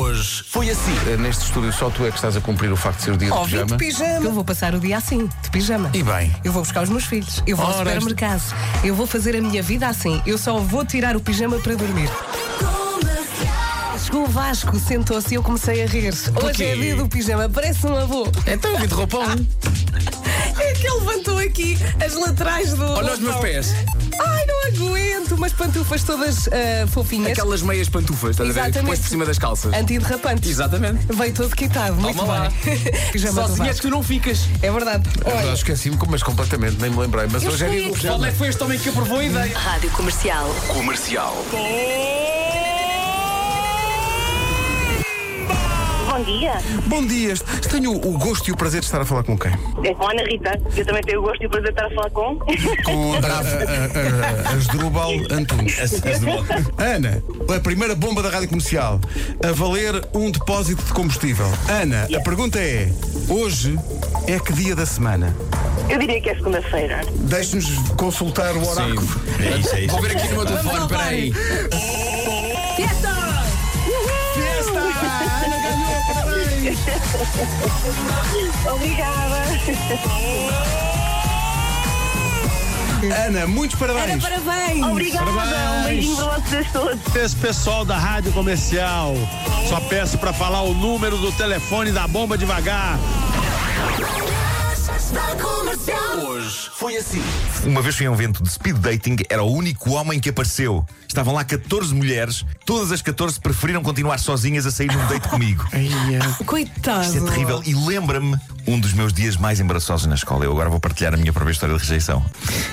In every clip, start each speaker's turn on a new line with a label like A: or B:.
A: Hoje foi assim. Neste estúdio só tu é que estás a cumprir o facto de ser o dia do
B: Óbvio,
A: pijama.
B: de pijama.
C: Eu vou passar o dia assim, de pijama.
A: E bem.
C: Eu vou buscar os meus filhos, eu vou ao
A: Ora,
C: supermercado, eu vou fazer a minha vida assim. Eu só vou tirar o pijama para dormir. Chegou o Vasco, sentou-se e eu comecei a rir. Hoje é
A: quê?
C: dia do pijama, parece um avô.
A: Então, vim de roupão.
B: Ah,
C: É que ele levantou aqui as laterais do.
B: Olha os meus
C: roupão.
B: pés.
C: Ai, não aguento, umas pantufas todas ah, fofinhas,
B: Aquelas meias pantufas, estás a ver? Que
C: Exatamente. É,
B: pões por cima das calças.
C: antiderrapantes.
B: Exatamente.
C: Veio todo quitado, muito
B: Toma lá.
C: bem. Pijama do
B: Sozinha
C: Vasco.
B: és que tu não ficas.
C: É verdade. Olha,
A: Eu Esqueci-me, mas completamente, nem me lembrei. Mas hoje é dia do
B: Qual
A: pijama.
B: é que foi este homem que aprovou a ideia?
D: Rádio Comercial.
E: Bom dia,
A: Bom dia. Tenho o gosto e o prazer de estar a falar com quem?
E: é com a Ana Rita. Eu também tenho o gosto e o prazer de estar a falar com.
A: Com a, a, a, a Asdrúbal Antunes. Ana, a primeira bomba da rádio comercial a valer um depósito de combustível. Ana, a pergunta é: hoje é que dia da semana?
E: Eu diria que é segunda-feira.
A: Deixe-nos consultar o oráculo.
F: É isso, é isso.
B: Vou ver aqui no meu
C: Vamos
B: telefone,
C: ao
B: espera aí.
A: Fiesta! Ana ganhou, parabéns!
E: Obrigada.
A: Ana, muitos
C: Ana,
A: parabéns!
C: parabéns!
E: Obrigada. Um beijinho para vocês todos.
F: Esse pessoal da Rádio Comercial, só peço pra falar o número do telefone da bomba devagar.
G: Uma vez fui a um evento de speed dating, era o único homem que apareceu. Estavam lá 14 mulheres, todas as 14 preferiram continuar sozinhas a sair num date comigo.
C: Coitado!
G: Isso é terrível. E lembra-me um dos meus dias mais embaraçosos na escola. Eu agora vou partilhar a minha própria história de rejeição.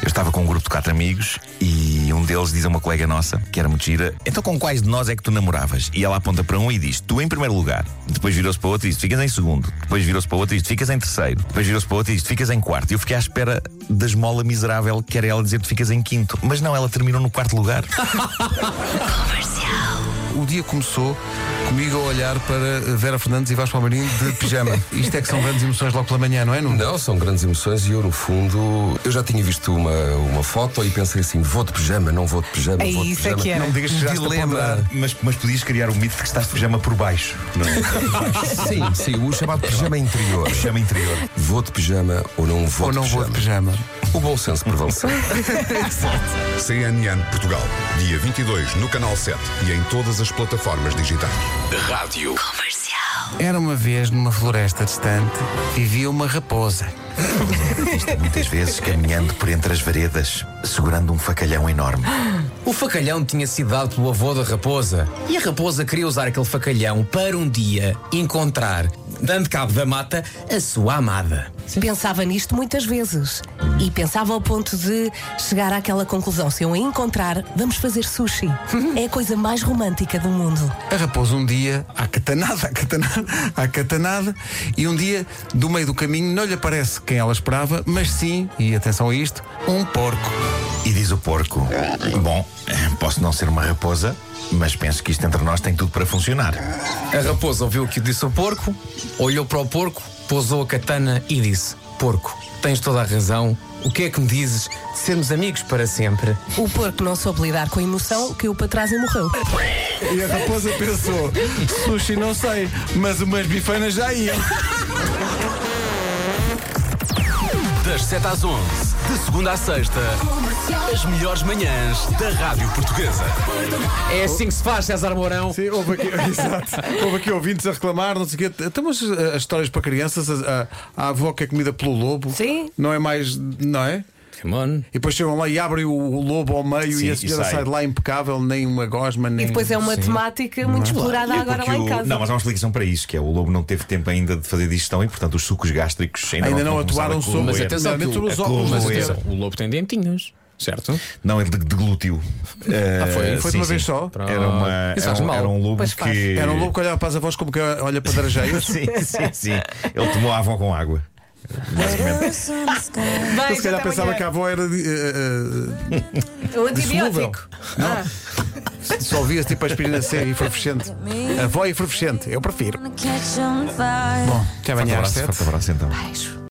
G: Eu estava com um grupo de quatro amigos e um deles diz a uma colega nossa, que era muito gira, então com quais de nós é que tu namoravas? E ela aponta para um e diz, tu em primeiro lugar. Depois virou-se para outro e diz, ficas em segundo. Depois virou-se para outro e diz, ficas em terceiro. Depois virou-se para outro e diz, ficas em quarto. E eu fiquei à espera da esmola miserável que era ela dizer, tu ficas em quinto. Mas não, ela terminou no quarto lugar.
A: O dia começou comigo a olhar para eh, Vera Fernandes e Vasco Almarinho de pijama. Isto é que são grandes emoções logo pela manhã, não é, Nuno?
H: Não, são grandes emoções e eu, no fundo, eu já tinha visto uma, uma foto e pensei assim: vou de pijama, não vou de pijama,
C: É
H: vou de
C: isso é
H: pijama.
C: que era.
G: Não me digas que chegaste a
H: Dilema.
G: ponderar, mas, mas podias criar o mito de que estás de pijama por baixo. Não é?
H: Sim, sim, o chamado pijama interior.
G: Pijama interior.
H: Vou de pijama ou não vou
A: Ou
H: de
A: não
H: pijama?
A: vou de pijama?
H: O bom senso prevaleceu.
I: CNN Portugal, dia 22 no Canal 7 e em todas as plataformas digitais.
A: Era uma vez numa floresta distante, vivia uma raposa.
G: Muitas vezes caminhando por entre as varedas, segurando um facalhão enorme.
B: O facalhão tinha sido dado pelo avô da raposa. E a raposa queria usar aquele facalhão para um dia encontrar, dando cabo da mata, a sua amada.
C: Pensava nisto muitas vezes e pensava ao ponto de chegar àquela conclusão: se eu a encontrar, vamos fazer sushi. É a coisa mais romântica do mundo.
A: A raposa um dia, à catanada, à catanada, à catanada, e um dia, do meio do caminho, não lhe aparece quem ela esperava, mas sim, e atenção a isto, um porco.
G: E diz o porco: Bom, posso não ser uma raposa, mas penso que isto entre nós tem tudo para funcionar.
B: A raposa ouviu o que disse o porco, olhou para o porco, pousou a katana e disse: Porco, tens toda a razão. O que é que me dizes de sermos amigos para sempre?
C: O porco não soube lidar com a emoção, caiu para trás e morreu.
A: E a raposa pensou: sushi não sei, mas umas bifanas já iam.
J: Das 7 às 11, de segunda à sexta, as melhores manhãs da Rádio Portuguesa.
B: É assim que se faz, César Mourão.
A: Sim, houve aqui, exato. Houve aqui ouvintes a reclamar, não sei o quê. Então, mas ah, as histórias para crianças, a, a- a avó que é comida pelo lobo,
C: Sim.
A: não é mais. não é?
B: Come on.
A: E depois chegam lá e abrem o, o lobo ao meio
G: Sim,
A: e a
G: e
A: senhora sai.
G: sai.
A: de lá impecável, nem uma gosma, nem. é?
C: E depois é uma temática muito explorada agora
G: Porque
C: lá
G: o-
C: em casa.
G: Não, mas há uma explicação para isso: que é o lobo não teve tempo ainda de fazer digestão e, portanto, os sucos gástricos ainda,
A: Ainda
G: não,
A: não
G: começaram
A: atuaram
G: a
A: sobre-
B: Mas
G: corroer.
B: atenção,
A: Nomeadamente
B: que
G: é
A: sobre os
B: o-
A: óculos.
B: mas
G: Como
B: atenção,
G: era.
B: o lobo tem dentinhos, certo?
G: Não, ele de- deglutiu. Ah,
A: foi? Foi de uma vez só?
G: Era, uma,
B: Isso
G: era,
B: faz
G: um,
B: mal.
G: era um lobo
C: Pois faz.
G: que.
A: Era um lobo que olhava para as avós como que olha para Darajeios.
G: sim, sim, sim. Ele tomou a avó com água.
C: Bem,
A: Eu se calhar
C: até
A: pensava
C: amanhã.
A: que a avó era. de- eh, eh,
C: Um
A: Solúvel.
C: antibiótico.
A: só via tipo a aspirina C e efervescente. A avó é efervescente, eu prefiro. Bom, até
G: Forte
A: amanhã às
G: abraço,
A: sete.
G: forte abraço então.